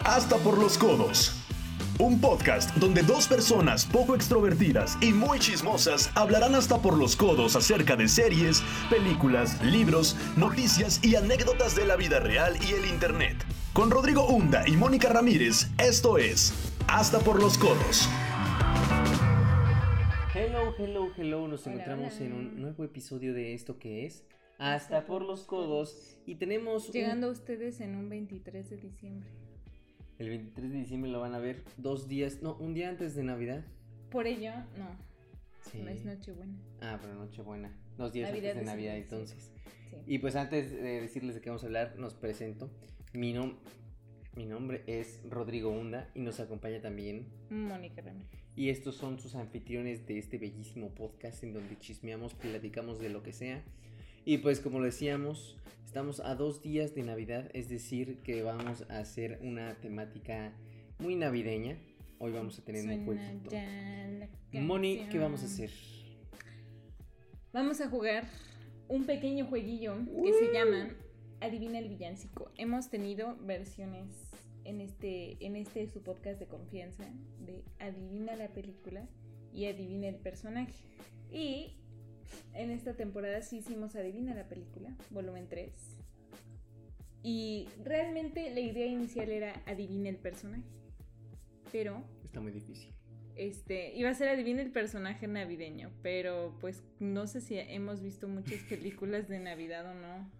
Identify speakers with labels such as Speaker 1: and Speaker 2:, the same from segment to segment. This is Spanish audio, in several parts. Speaker 1: hasta por los codos. Un podcast donde dos personas poco extrovertidas y muy chismosas hablarán hasta por los codos acerca de series, películas, libros, noticias y anécdotas de la vida real y el Internet. Con Rodrigo Hunda y Mónica Ramírez, esto es Hasta por los codos.
Speaker 2: Hello, hello, hello. Nos
Speaker 3: Hola,
Speaker 2: encontramos
Speaker 3: hola.
Speaker 2: en un nuevo episodio de esto que es Hasta por los codos. Y tenemos un-
Speaker 3: Llegando a ustedes en un 23 de diciembre.
Speaker 2: el 23 de diciembre lo van a ver dos días, no, un día antes de Navidad.
Speaker 3: Por ello, no,
Speaker 2: Sí.
Speaker 3: no es Nochebuena.
Speaker 2: Ah, pero Nochebuena. Dos días
Speaker 3: Navidad
Speaker 2: antes de
Speaker 3: es-
Speaker 2: Navidad,
Speaker 3: sí.
Speaker 2: entonces.
Speaker 3: Sí.
Speaker 2: Y pues antes de decirles de qué vamos a hablar, nos presento. Mi, nom- mi nombre es Rodrigo Hunda y nos acompaña también
Speaker 3: Mónica Ramírez.
Speaker 2: Y estos son sus anfitriones de este bellísimo podcast en donde chismeamos, platicamos de lo que sea. Y pues como lo decíamos, estamos a dos días de Navidad, es decir, que vamos a hacer una temática muy navideña. Hoy vamos a tener un
Speaker 3: Suena
Speaker 2: jueguito.
Speaker 3: ya la
Speaker 2: Moni, ¿qué
Speaker 3: canción.
Speaker 2: vamos a hacer?
Speaker 3: Vamos a jugar un pequeño jueguillo que se llama Adivina el villancico. Hemos tenido versiones en este, en este su podcast de confianza de Adivina la película y Adivina el personaje. Y en esta temporada sí hicimos Adivina la película, volumen 3. Y realmente la idea inicial era Adivina el personaje. Pero
Speaker 2: Está muy difícil.
Speaker 3: este, iba a ser adivina el personaje navideño, pero pues no sé si hemos visto muchas películas de Navidad o no.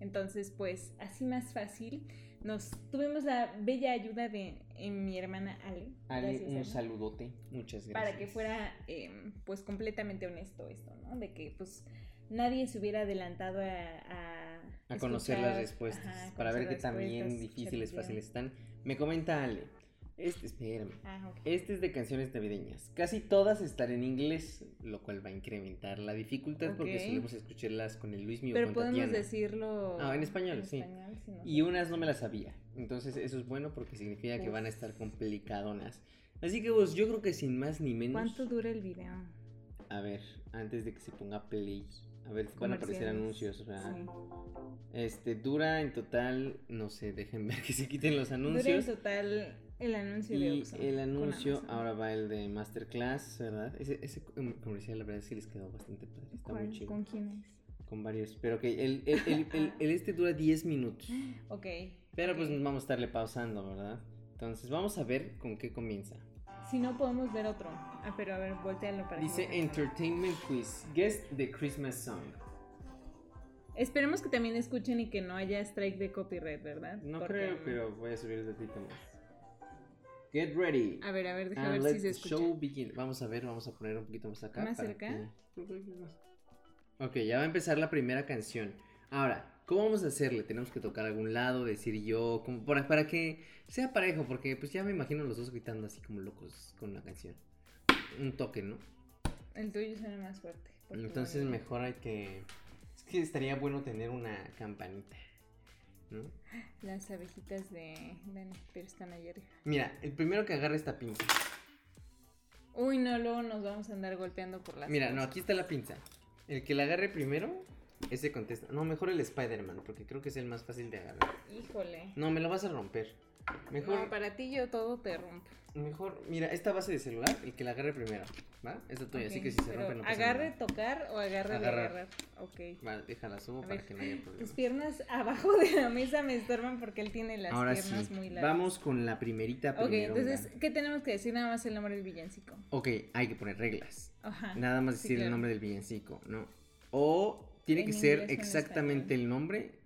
Speaker 3: Entonces, pues así más fácil. Nos tuvimos la bella ayuda de eh, mi hermana Ale.
Speaker 2: Ale,
Speaker 3: Gracias,
Speaker 2: un
Speaker 3: Ale.
Speaker 2: saludote. Muchas gracias.
Speaker 3: Para que fuera eh, pues completamente honesto esto, ¿no? De que pues nadie se hubiera adelantado a... A,
Speaker 2: A conocer las
Speaker 3: escuchar,
Speaker 2: respuestas,
Speaker 3: ajá, a
Speaker 2: para ver qué
Speaker 3: conocer
Speaker 2: también
Speaker 3: respuestas,
Speaker 2: difíciles,
Speaker 3: escuchar
Speaker 2: fáciles
Speaker 3: guiones.
Speaker 2: están. Me comenta Ale. Este, espérame.
Speaker 3: Ah, ok.
Speaker 2: Este es de canciones navideñas. Casi todas están en inglés, lo cual va a incrementar la dificultad porque
Speaker 3: Ok.
Speaker 2: solemos escucharlas con el Luis Mío.
Speaker 3: Pero podemos decirlo...
Speaker 2: Ah, en español, sí.
Speaker 3: español, si no-
Speaker 2: Y unas no me las sabía. Entonces eso es bueno porque significa que van a estar complicadonas. Así que pues yo creo que sin más ni menos.
Speaker 3: ¿Cuánto dura el video?
Speaker 2: A ver, antes de que se ponga play. A ver, van a aparecer
Speaker 3: Comerciales.
Speaker 2: anuncios. ¿verdad?
Speaker 3: Sí.
Speaker 2: Este, dura en total, no sé, dejen ver que se quiten los
Speaker 3: Dura en
Speaker 2: anuncios.
Speaker 3: total el anuncio de
Speaker 2: Y
Speaker 3: Oxxo.
Speaker 2: el
Speaker 3: con
Speaker 2: anuncio,
Speaker 3: Amazon.
Speaker 2: ahora va el de Masterclass, ¿verdad? Ese, ese com- comercial, la verdad, sí les quedó bastante padre. Está muy
Speaker 3: ¿Cuál?
Speaker 2: chido.
Speaker 3: ¿Con quién es?
Speaker 2: Con varios. Pero que el, el- el- el- el este dura 10 minutos.
Speaker 3: Ok.
Speaker 2: Pero pues
Speaker 3: ok.
Speaker 2: vamos a estarle pausando, ¿verdad? Entonces vamos a ver con qué comienza.
Speaker 3: Si no, podemos ver otro. Ah, pero a ver, voltealo para que
Speaker 2: Dice
Speaker 3: no se vea.
Speaker 2: Entertainment Quiz. Guess the Christmas Song.
Speaker 3: Esperemos que también escuchen y que no haya strike de copyright, ¿verdad?
Speaker 2: No
Speaker 3: Porque-
Speaker 2: creo, pero voy a subir un ratito más. Get ready.
Speaker 3: A ver, a ver, deja
Speaker 2: And
Speaker 3: ver
Speaker 2: Ah, let
Speaker 3: si se
Speaker 2: the
Speaker 3: escucha.
Speaker 2: show begin. Vamos a ver, vamos a poner un poquito más acá.
Speaker 3: ¿Más
Speaker 2: para
Speaker 3: cerca?
Speaker 2: que- Ok, ya va a empezar la primera canción. Ahora, ¿cómo vamos a hacerle? Tenemos que tocar algún lado, decir yo, como para, para que sea parejo, porque pues ya me imagino los dos gritando así como locos con la canción. Un toque, ¿no?
Speaker 3: El tuyo suena más fuerte. porque
Speaker 2: Entonces
Speaker 3: bueno.
Speaker 2: mejor hay que... Es que estaría bueno tener una campanita, ¿no?
Speaker 3: Las abejitas de Dani, pero están allá arriba.
Speaker 2: Mira, el primero que agarre esta pinza.
Speaker 3: Uy, no, luego nos vamos a andar golpeando por las.
Speaker 2: Mira, no,
Speaker 3: cosas.
Speaker 2: aquí está la pinza. El que la agarre primero, ese contesta. No, mejor el Spider-Man, porque creo que es el más fácil de agarrar.
Speaker 3: Híjole.
Speaker 2: No, me lo vas a romper. Mejor,
Speaker 3: No, para ti yo todo te rompo.
Speaker 2: mejor, mira, esta base de celular, el que la agarre primero, ¿va? Esta tuya, así
Speaker 3: Ok,
Speaker 2: que si se
Speaker 3: pero
Speaker 2: rompe no pasa
Speaker 3: Agarre,
Speaker 2: nada.
Speaker 3: tocar o agarre de
Speaker 2: Agarrar.
Speaker 3: agarrar. Ok.
Speaker 2: Va, déjala, subo
Speaker 3: A
Speaker 2: para
Speaker 3: ver,
Speaker 2: que no haya
Speaker 3: Tus
Speaker 2: problema.
Speaker 3: piernas abajo de la mesa me estorban porque él tiene las
Speaker 2: Ahora
Speaker 3: piernas
Speaker 2: sí,
Speaker 3: muy largas.
Speaker 2: vamos con la primerita
Speaker 3: Ok,
Speaker 2: primero.
Speaker 3: entonces,
Speaker 2: ¿verdad?
Speaker 3: ¿qué tenemos que decir? Nada más el nombre del villancico.
Speaker 2: Ok, hay que poner reglas.
Speaker 3: Ajá.
Speaker 2: Nada más
Speaker 3: sí,
Speaker 2: decir el
Speaker 3: claro.
Speaker 2: nombre del villancico, ¿no? O tiene
Speaker 3: En
Speaker 2: que
Speaker 3: inglés o
Speaker 2: ser
Speaker 3: en
Speaker 2: exactamente
Speaker 3: español.
Speaker 2: el nombre.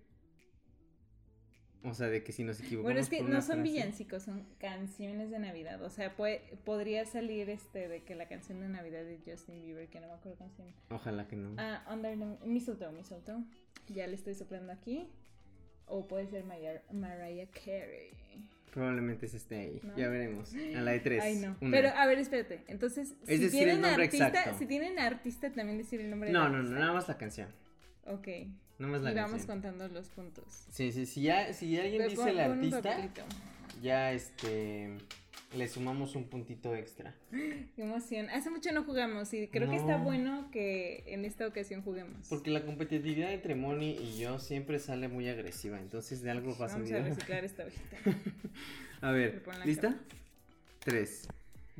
Speaker 2: O sea, de que si nos equivocamos.
Speaker 3: Bueno, es que
Speaker 2: con
Speaker 3: no
Speaker 2: una
Speaker 3: son
Speaker 2: frase-
Speaker 3: villancicos, son canciones de Navidad. O sea, puede- podría salir este de que la canción de Navidad de Justin Bieber, que no me acuerdo cómo se llama.
Speaker 2: Ojalá que no.
Speaker 3: Ah, Under the Mistletoe, Mistletoe. Ya le estoy soplando aquí. O puede ser Mariah- Mariah Carey.
Speaker 2: Probablemente es este ahí.
Speaker 3: ¿No?
Speaker 2: Ya veremos. A la de tres.
Speaker 3: Ay, no.
Speaker 2: Una.
Speaker 3: Pero, ah, a ver, espérate. Entonces,
Speaker 2: Es
Speaker 3: si
Speaker 2: decir, el
Speaker 3: tienen
Speaker 2: nombre
Speaker 3: artista,
Speaker 2: exacto.
Speaker 3: si tienen artista, también decir el nombre
Speaker 2: no,
Speaker 3: del
Speaker 2: no, no,
Speaker 3: artista.
Speaker 2: nada más la canción.
Speaker 3: Ok. Y
Speaker 2: Nada más la
Speaker 3: vamos
Speaker 2: canción.
Speaker 3: contando los puntos.
Speaker 2: Sí, sí, si ya, si alguien
Speaker 3: Ve,
Speaker 2: dice
Speaker 3: pon-
Speaker 2: el
Speaker 3: pon un
Speaker 2: artista,
Speaker 3: papelito.
Speaker 2: ya este le sumamos un puntito extra.
Speaker 3: Qué emoción. Hace mucho no jugamos y creo que está
Speaker 2: No.
Speaker 3: bueno que en esta ocasión juguemos.
Speaker 2: Porque la competitividad entre Moni y yo siempre sale muy agresiva. Entonces de algo pasa
Speaker 3: vamos a reciclar esta hojita.
Speaker 2: A ver,
Speaker 3: Pon la
Speaker 2: ¿lista? 3,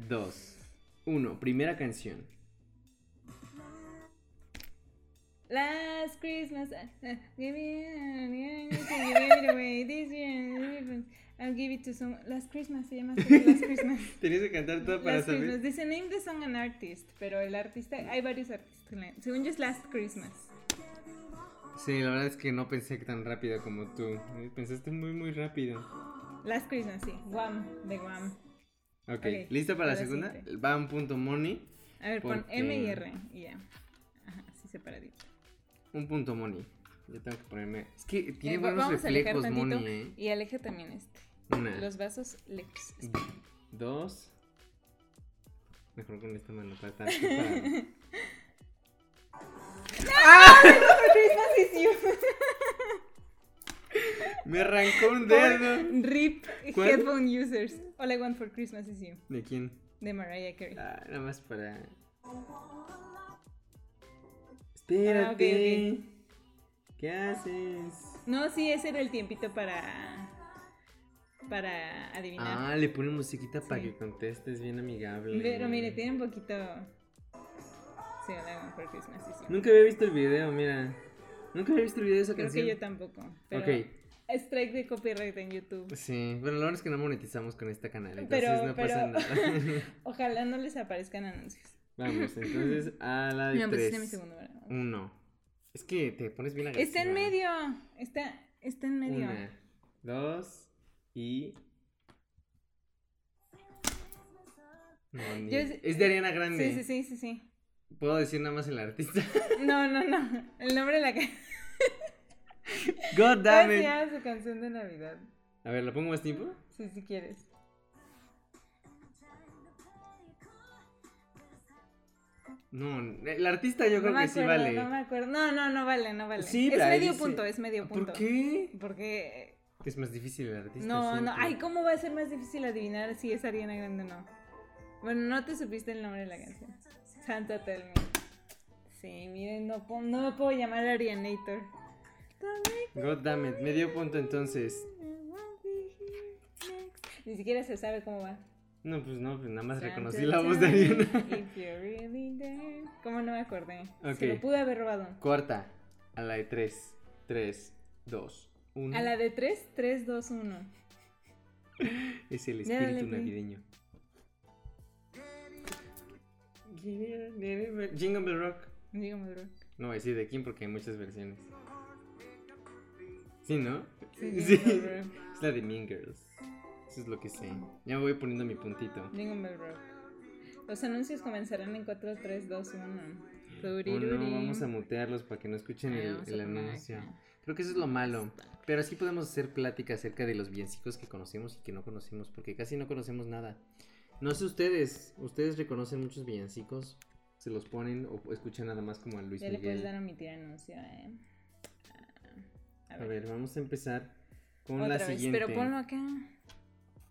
Speaker 2: 2, 1. Primera canción.
Speaker 3: Last Christmas, uh, uh, give me, uh, yeah, you can give it away this year. uh, I'll give it to some. Last Christmas se llama así, Last Christmas.
Speaker 2: Tenías que cantar toda para
Speaker 3: Last
Speaker 2: saber.
Speaker 3: Christmas. Dice name the song and artist, pero el artista, hay varios artistas. que la- Según yo es Last Christmas.
Speaker 2: Sí, la verdad es que no pensé tan rápido como tú. Eh, Pensaste muy, muy rápido.
Speaker 3: Last Christmas, sí. Guam, de Guam.
Speaker 2: Ok,
Speaker 3: Ok,
Speaker 2: ¿lista para la
Speaker 3: ahora
Speaker 2: segunda?
Speaker 3: siguiente.
Speaker 2: Va un punto Moni.
Speaker 3: A ver, pon
Speaker 2: Porque-
Speaker 3: M y R y ya. Ajá, así separadito.
Speaker 2: Un punto Moni. Yo tengo que ponerme. Es que tiene
Speaker 3: Eh, va-
Speaker 2: buenos
Speaker 3: vamos a alejar
Speaker 2: reflejos
Speaker 3: tantito
Speaker 2: Moni, ¿eh? Ah.
Speaker 3: y aleja también este.
Speaker 2: Una,
Speaker 3: Los vasos lejos.
Speaker 2: dos. Mejor con esta mano para estar separado.
Speaker 3: Christmas is you.
Speaker 2: Me arrancó un dedo.
Speaker 3: Por RIP
Speaker 2: ¿Cuál?
Speaker 3: headphone users. All I want for Christmas is you.
Speaker 2: ¿De quién?
Speaker 3: De Mariah Carey.
Speaker 2: Ah, nada más para.
Speaker 3: Ah,
Speaker 2: Espérate.
Speaker 3: ok, ok.
Speaker 2: ¿Qué haces?
Speaker 3: No, sí, ese era el tiempito para. Para adivinar.
Speaker 2: Ah, le ponen musiquita para
Speaker 3: Sí.
Speaker 2: que contestes bien amigable.
Speaker 3: Pero mire, tiene un poquito. Sí, All I want for Christmas is you.
Speaker 2: Nunca había visto el video, mira. Nunca había visto el video de esa
Speaker 3: Creo
Speaker 2: canción.
Speaker 3: que yo tampoco. Pero
Speaker 2: Ok. Pues,
Speaker 3: Strike de copyright en YouTube.
Speaker 2: Sí, bueno, la verdad es que no monetizamos con este canal, entonces
Speaker 3: Pero,
Speaker 2: no pasa
Speaker 3: pero.
Speaker 2: nada.
Speaker 3: Ojalá no les aparezcan anuncios.
Speaker 2: Vamos, entonces a la de
Speaker 3: No, pues este es mi
Speaker 2: tres.
Speaker 3: segundo, ¿verdad?
Speaker 2: Uno. Es que te pones bien agresiva.
Speaker 3: Está en medio. Está, está en medio.
Speaker 2: Una, dos y... No, ni-
Speaker 3: Yo sé-
Speaker 2: Es de Ariana Grande.
Speaker 3: Sí, sí, sí, sí, sí.
Speaker 2: Puedo decir nada más el artista.
Speaker 3: No, no, no. El nombre de la canción.
Speaker 2: God damn it.
Speaker 3: su canción de Navidad.
Speaker 2: A ver, ¿la pongo más tiempo?
Speaker 3: Sí, si quieres.
Speaker 2: No, el artista yo
Speaker 3: no
Speaker 2: creo
Speaker 3: me
Speaker 2: que
Speaker 3: acuerdo,
Speaker 2: sí vale.
Speaker 3: no me acuerdo. No, no, no vale, no vale.
Speaker 2: Sí,
Speaker 3: es
Speaker 2: pero ahí
Speaker 3: medio
Speaker 2: dice-
Speaker 3: punto, es medio punto.
Speaker 2: ¿Por qué?
Speaker 3: Porque
Speaker 2: Que es más difícil el artista.
Speaker 3: no,
Speaker 2: siempre.
Speaker 3: no, ay, ¿cómo va a ser más difícil adivinar si es Ariana Grande o no? Bueno, no te supiste el nombre de la canción. Santa Tell Me. Sí, miren, no, po- no me puedo llamar Arianator.
Speaker 2: God damn it, medio punto entonces.
Speaker 3: Ni siquiera se sabe cómo va.
Speaker 2: No, pues no, pues nada más
Speaker 3: Santa
Speaker 2: reconocí la
Speaker 3: Tell
Speaker 2: voz de
Speaker 3: Me
Speaker 2: Ariana.
Speaker 3: if you're really there. ¿Cómo no me acordé? Se
Speaker 2: Ok.
Speaker 3: lo pude haber robado.
Speaker 2: Corta, a la de 3, 3, 2, 1.
Speaker 3: A la de 3, 3, 2, 1.
Speaker 2: Es el
Speaker 3: Ya dale pues.
Speaker 2: espíritu
Speaker 3: play.
Speaker 2: navideño. Jingle Bell Rock.
Speaker 3: Dígame, bro.
Speaker 2: No voy a decir de quién porque hay muchas versiones. ¿Sí, no?
Speaker 3: Sí, Jingle Bell Rock.
Speaker 2: Es la de Mean Girls. Eso es lo que sé. Ya voy poniendo mi puntito.
Speaker 3: Dígame, bro. Los anuncios comenzarán en 4, 3, 2, 1.
Speaker 2: Oh, no, vamos a mutearlos para que no escuchen el, el anuncio. Creo que eso es lo malo. Pero sí podemos hacer plática acerca de los biencicos que conocemos y que no conocemos, porque casi no conocemos nada. No sé ustedes, ¿ustedes reconocen muchos villancicos? ¿Se los ponen o escuchan nada más como a Luis
Speaker 3: Ya le puedes
Speaker 2: Miguel?
Speaker 3: dar a omitir anuncio, eh. Ah,
Speaker 2: A ver, vamos a empezar con la
Speaker 3: otra vez,
Speaker 2: siguiente.
Speaker 3: pero ponlo acá.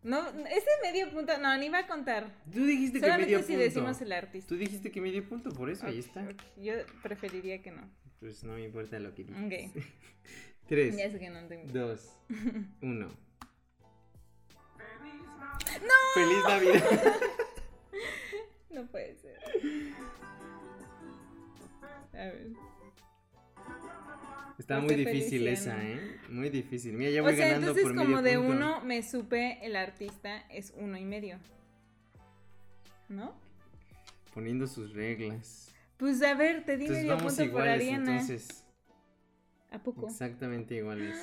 Speaker 3: No, ese medio punto, no, ni va a contar.
Speaker 2: Tú dijiste que
Speaker 3: Solamente
Speaker 2: medio
Speaker 3: si
Speaker 2: punto.
Speaker 3: decimos el artista.
Speaker 2: Tú dijiste que medio punto, por eso, ahí
Speaker 3: Ok,
Speaker 2: está.
Speaker 3: ok, Yo preferiría que no.
Speaker 2: Pues no me importa lo que digas.
Speaker 3: Ok.
Speaker 2: Tres,
Speaker 3: Ya sé que no tengo.
Speaker 2: dos, uno. ¡No! ¡Feliz Navidad!
Speaker 3: No puede ser. A ver.
Speaker 2: Está
Speaker 3: No
Speaker 2: muy
Speaker 3: estoy
Speaker 2: difícil esa,
Speaker 3: feliciando.
Speaker 2: ¿eh? Muy difícil. Mira, ya
Speaker 3: O
Speaker 2: voy
Speaker 3: sea,
Speaker 2: ganando
Speaker 3: entonces
Speaker 2: por medio
Speaker 3: como de
Speaker 2: punto.
Speaker 3: uno me supe el artista es uno y medio. ¿No?
Speaker 2: Poniendo sus reglas.
Speaker 3: Pues a ver, te di
Speaker 2: Entonces
Speaker 3: medio
Speaker 2: vamos
Speaker 3: punto por
Speaker 2: iguales,
Speaker 3: Ariana.
Speaker 2: entonces.
Speaker 3: ¿A poco?
Speaker 2: Exactamente iguales.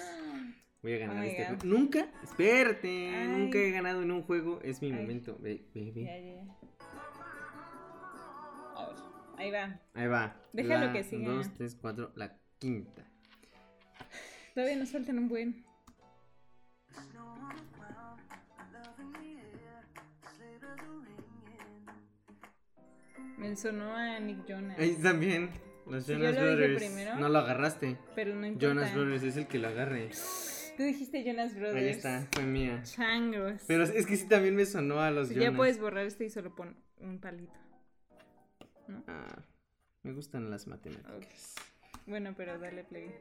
Speaker 2: Voy a ganar este
Speaker 3: Oigan.
Speaker 2: juego. Nunca, espérate,
Speaker 3: Ay.
Speaker 2: nunca he ganado en un juego. Es mi
Speaker 3: Ay.
Speaker 2: momento. Ve, ve, ve.
Speaker 3: Ya, ya, ya. A ver, ahí va.
Speaker 2: Ahí va.
Speaker 3: Déjalo
Speaker 2: La
Speaker 3: que siga.
Speaker 2: Dos, tres, cuatro, la quinta.
Speaker 3: Todavía nos faltan un buen. Me sonó a Nick Jonas,
Speaker 2: Ahí también. Los
Speaker 3: Ah. Si yo
Speaker 2: Jonas
Speaker 3: lo dije
Speaker 2: Brothers.
Speaker 3: primero.
Speaker 2: No lo agarraste.
Speaker 3: pero no importa.
Speaker 2: Jonas Brothers es el que lo agarre.
Speaker 3: Tú dijiste Jonas Brothers.
Speaker 2: Ahí está, fue mía.
Speaker 3: Changos.
Speaker 2: Pero es que sí también me sonó a los
Speaker 3: ya
Speaker 2: Jonas.
Speaker 3: puedes borrar este y solo pon un palito.
Speaker 2: Ah, me gustan las matemáticas.
Speaker 3: Bueno, pero dale play.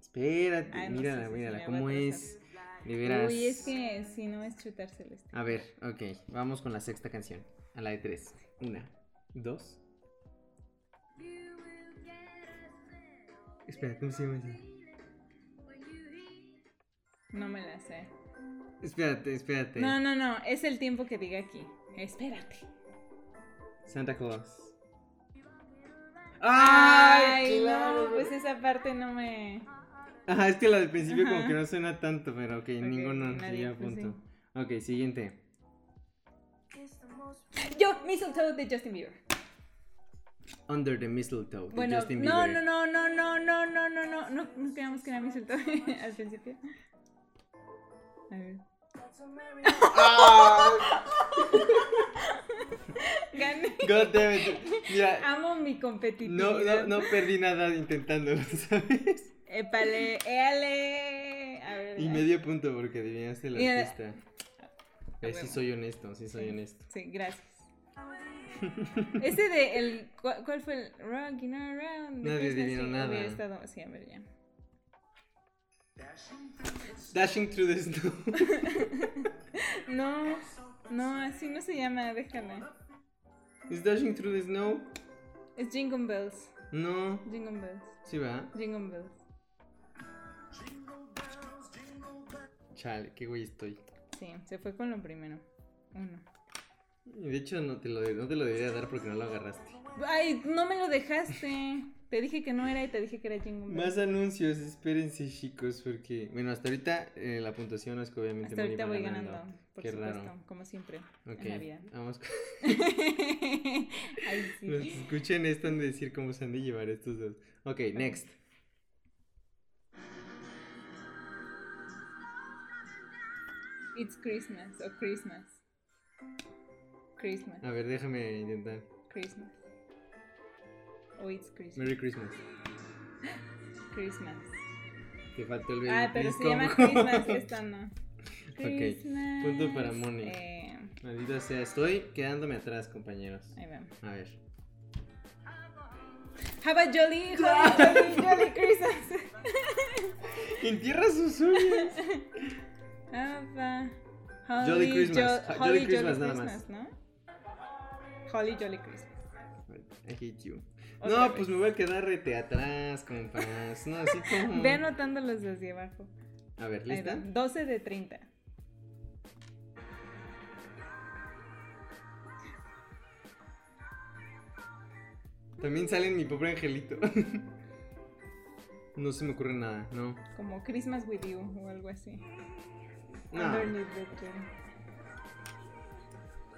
Speaker 2: Espérate,
Speaker 3: Ay, no
Speaker 2: mírala,
Speaker 3: sé si se
Speaker 2: mírala,
Speaker 3: me va a
Speaker 2: cómo
Speaker 3: atrasar.
Speaker 2: es. De veras.
Speaker 3: Uy, es que si no es chutárselo. este.
Speaker 2: A ver, ok. Vamos con la sexta canción. A la de tres. Una, dos. Espera, ¿cómo se llama esa?
Speaker 3: No me la sé.
Speaker 2: Espérate, espérate.
Speaker 3: No, no, no. Es el tiempo que diga aquí. Espérate.
Speaker 2: Santa Claus.
Speaker 3: Ay,
Speaker 2: claro!
Speaker 3: no. Pues esa parte no me.
Speaker 2: Ajá, es que la del principio como
Speaker 3: Ajá.
Speaker 2: que no suena tanto, pero ok, ninguno
Speaker 3: nadie,
Speaker 2: llega a
Speaker 3: pues,
Speaker 2: punto. Ok, siguiente.
Speaker 3: Yo, Mistletoe de Justin Bieber.
Speaker 2: Under the Mistletoe de
Speaker 3: Bueno,
Speaker 2: Justin
Speaker 3: no,
Speaker 2: Bieber.
Speaker 3: no, no, no, no, no, no, no, no, no, no creíamos que era Mistletoe al principio. A ver. Gané.
Speaker 2: God damn it. Mira,
Speaker 3: Amo mi
Speaker 2: no,
Speaker 3: competitividad.
Speaker 2: no, no perdí nada intentándolo, ¿sabes?
Speaker 3: Épale, éale. A ver.
Speaker 2: Y
Speaker 3: ay.
Speaker 2: medio punto porque adivinaste la
Speaker 3: Mira.
Speaker 2: artista. Eh, sí
Speaker 3: huevo.
Speaker 2: soy honesto, sí soy honesto.
Speaker 3: Sí, gracias. Ese de el ¿cuál, cuál fue el Rocking Around? the
Speaker 2: Nadie
Speaker 3: Christmas
Speaker 2: adivinó
Speaker 3: tree?
Speaker 2: nada.
Speaker 3: Había estado, sí, a ver ya.
Speaker 2: Dashing through the snow.
Speaker 3: No, no, así no se llama, déjala.
Speaker 2: ¿Es dashing through the snow?
Speaker 3: Es Jingle Bells,
Speaker 2: No.
Speaker 3: Jingle Bells,
Speaker 2: Sí va.
Speaker 3: Jingle Bells.
Speaker 2: Chale, qué güey estoy.
Speaker 3: Sí, se fue con lo primero. Uno.
Speaker 2: De hecho no te lo, no te lo debería dar porque no lo agarraste.
Speaker 3: Ay, no me lo dejaste. Te dije que no era y te dije que era Jingle Bells.
Speaker 2: Más anuncios, espérense chicos, porque bueno, hasta ahorita eh, la puntuación es que obviamente
Speaker 3: Hasta
Speaker 2: Moni
Speaker 3: ahorita
Speaker 2: va
Speaker 3: voy ganando, por
Speaker 2: Qué
Speaker 3: supuesto,
Speaker 2: raro.
Speaker 3: como siempre
Speaker 2: Ok,
Speaker 3: en la vida.
Speaker 2: vamos. con-
Speaker 3: Ay,
Speaker 2: Los que
Speaker 3: sí.
Speaker 2: escuchen esto han de decir cómo se han de llevar estos dos. Ok, next.
Speaker 3: It's Christmas o Christmas. Christmas.
Speaker 2: A ver, déjame intentar.
Speaker 3: Christmas. O it's Christmas.
Speaker 2: Merry Christmas.
Speaker 3: Christmas.
Speaker 2: Te faltó el baby.
Speaker 3: Ah, pero
Speaker 2: please
Speaker 3: se llama
Speaker 2: combo.
Speaker 3: Christmas esta no. Christmas.
Speaker 2: punto para Moni.
Speaker 3: Eh,
Speaker 2: Maldita sea, estoy quedándome atrás, compañeros.
Speaker 3: ahí va.
Speaker 2: A ver.
Speaker 3: Have a jolly, have a jolly, jolly Christmas.
Speaker 2: Entierra sus uñas.
Speaker 3: Have a
Speaker 2: Jolly
Speaker 3: jo-
Speaker 2: Christmas,
Speaker 3: Holly
Speaker 2: jolly Christmas nada más.
Speaker 3: Christmas, ¿no? Holly Jolly Christmas.
Speaker 2: I hate you.
Speaker 3: Otra
Speaker 2: no, pues
Speaker 3: vez.
Speaker 2: me voy a quedar rete atrás, compas. No, así como.
Speaker 3: Ve anotándolos desde abajo.
Speaker 2: A ver,
Speaker 3: Ahí va,
Speaker 2: Mm. ¿lista?
Speaker 3: 12 de 30.
Speaker 2: También sale mi pobre angelito. no se me ocurre nada, no.
Speaker 3: Como Christmas with you o algo así.
Speaker 2: No,
Speaker 3: Underneath the tree.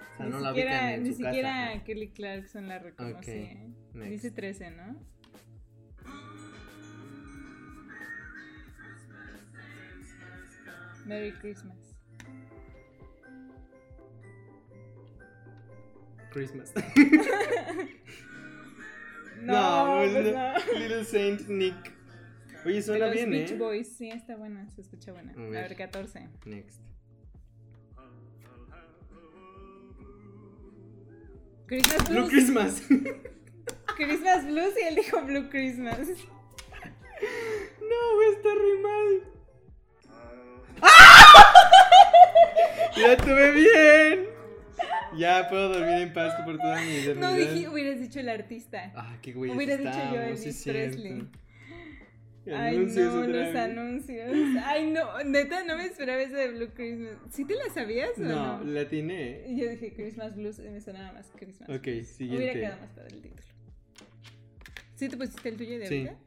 Speaker 2: o sea, no
Speaker 3: ni
Speaker 2: la
Speaker 3: siquiera,
Speaker 2: ubican en
Speaker 3: ni
Speaker 2: su
Speaker 3: siquiera
Speaker 2: casa. pues.
Speaker 3: Kelly Clarkson la reconoce.
Speaker 2: Ok,
Speaker 3: ¿eh?
Speaker 2: next.
Speaker 3: Dice 13, ¿no? Merry Christmas.
Speaker 2: Christmas.
Speaker 3: pues
Speaker 2: pues
Speaker 3: no.
Speaker 2: Little Saint Nick. Oye,
Speaker 3: De
Speaker 2: suena
Speaker 3: los
Speaker 2: bien,
Speaker 3: Beach
Speaker 2: ¿eh?
Speaker 3: Boys, sí, está buena, se escucha buena.
Speaker 2: A
Speaker 3: A
Speaker 2: ver.
Speaker 3: ver, 14.
Speaker 2: Next.
Speaker 3: Christmas Blues.
Speaker 2: Blue Christmas.
Speaker 3: Christmas Blues y él dijo Blue Christmas.
Speaker 2: No, güey, está re mal.
Speaker 3: Ah.
Speaker 2: ¡Ya tuve bien! Ya puedo dormir en paz por toda mi eternidad.
Speaker 3: No dije, hubieras dicho el artista.
Speaker 2: Ah, qué güey.
Speaker 3: hubiera dicho yo Elvis Presley.
Speaker 2: Ah,
Speaker 3: Ay, no, los anuncios. Ay, no, neta, no me esperaba esa de Blue Christmas. ¿Sí te la sabías o no?
Speaker 2: No, la tiene.
Speaker 3: Yo dije Christmas Blues y me sonaba más Christmas.
Speaker 2: Ok,
Speaker 3: Hubiera
Speaker 2: siguiente.
Speaker 3: quedado más padre el título. ¿Sí te pusiste el tuyo de
Speaker 2: Sí.
Speaker 3: ahorita?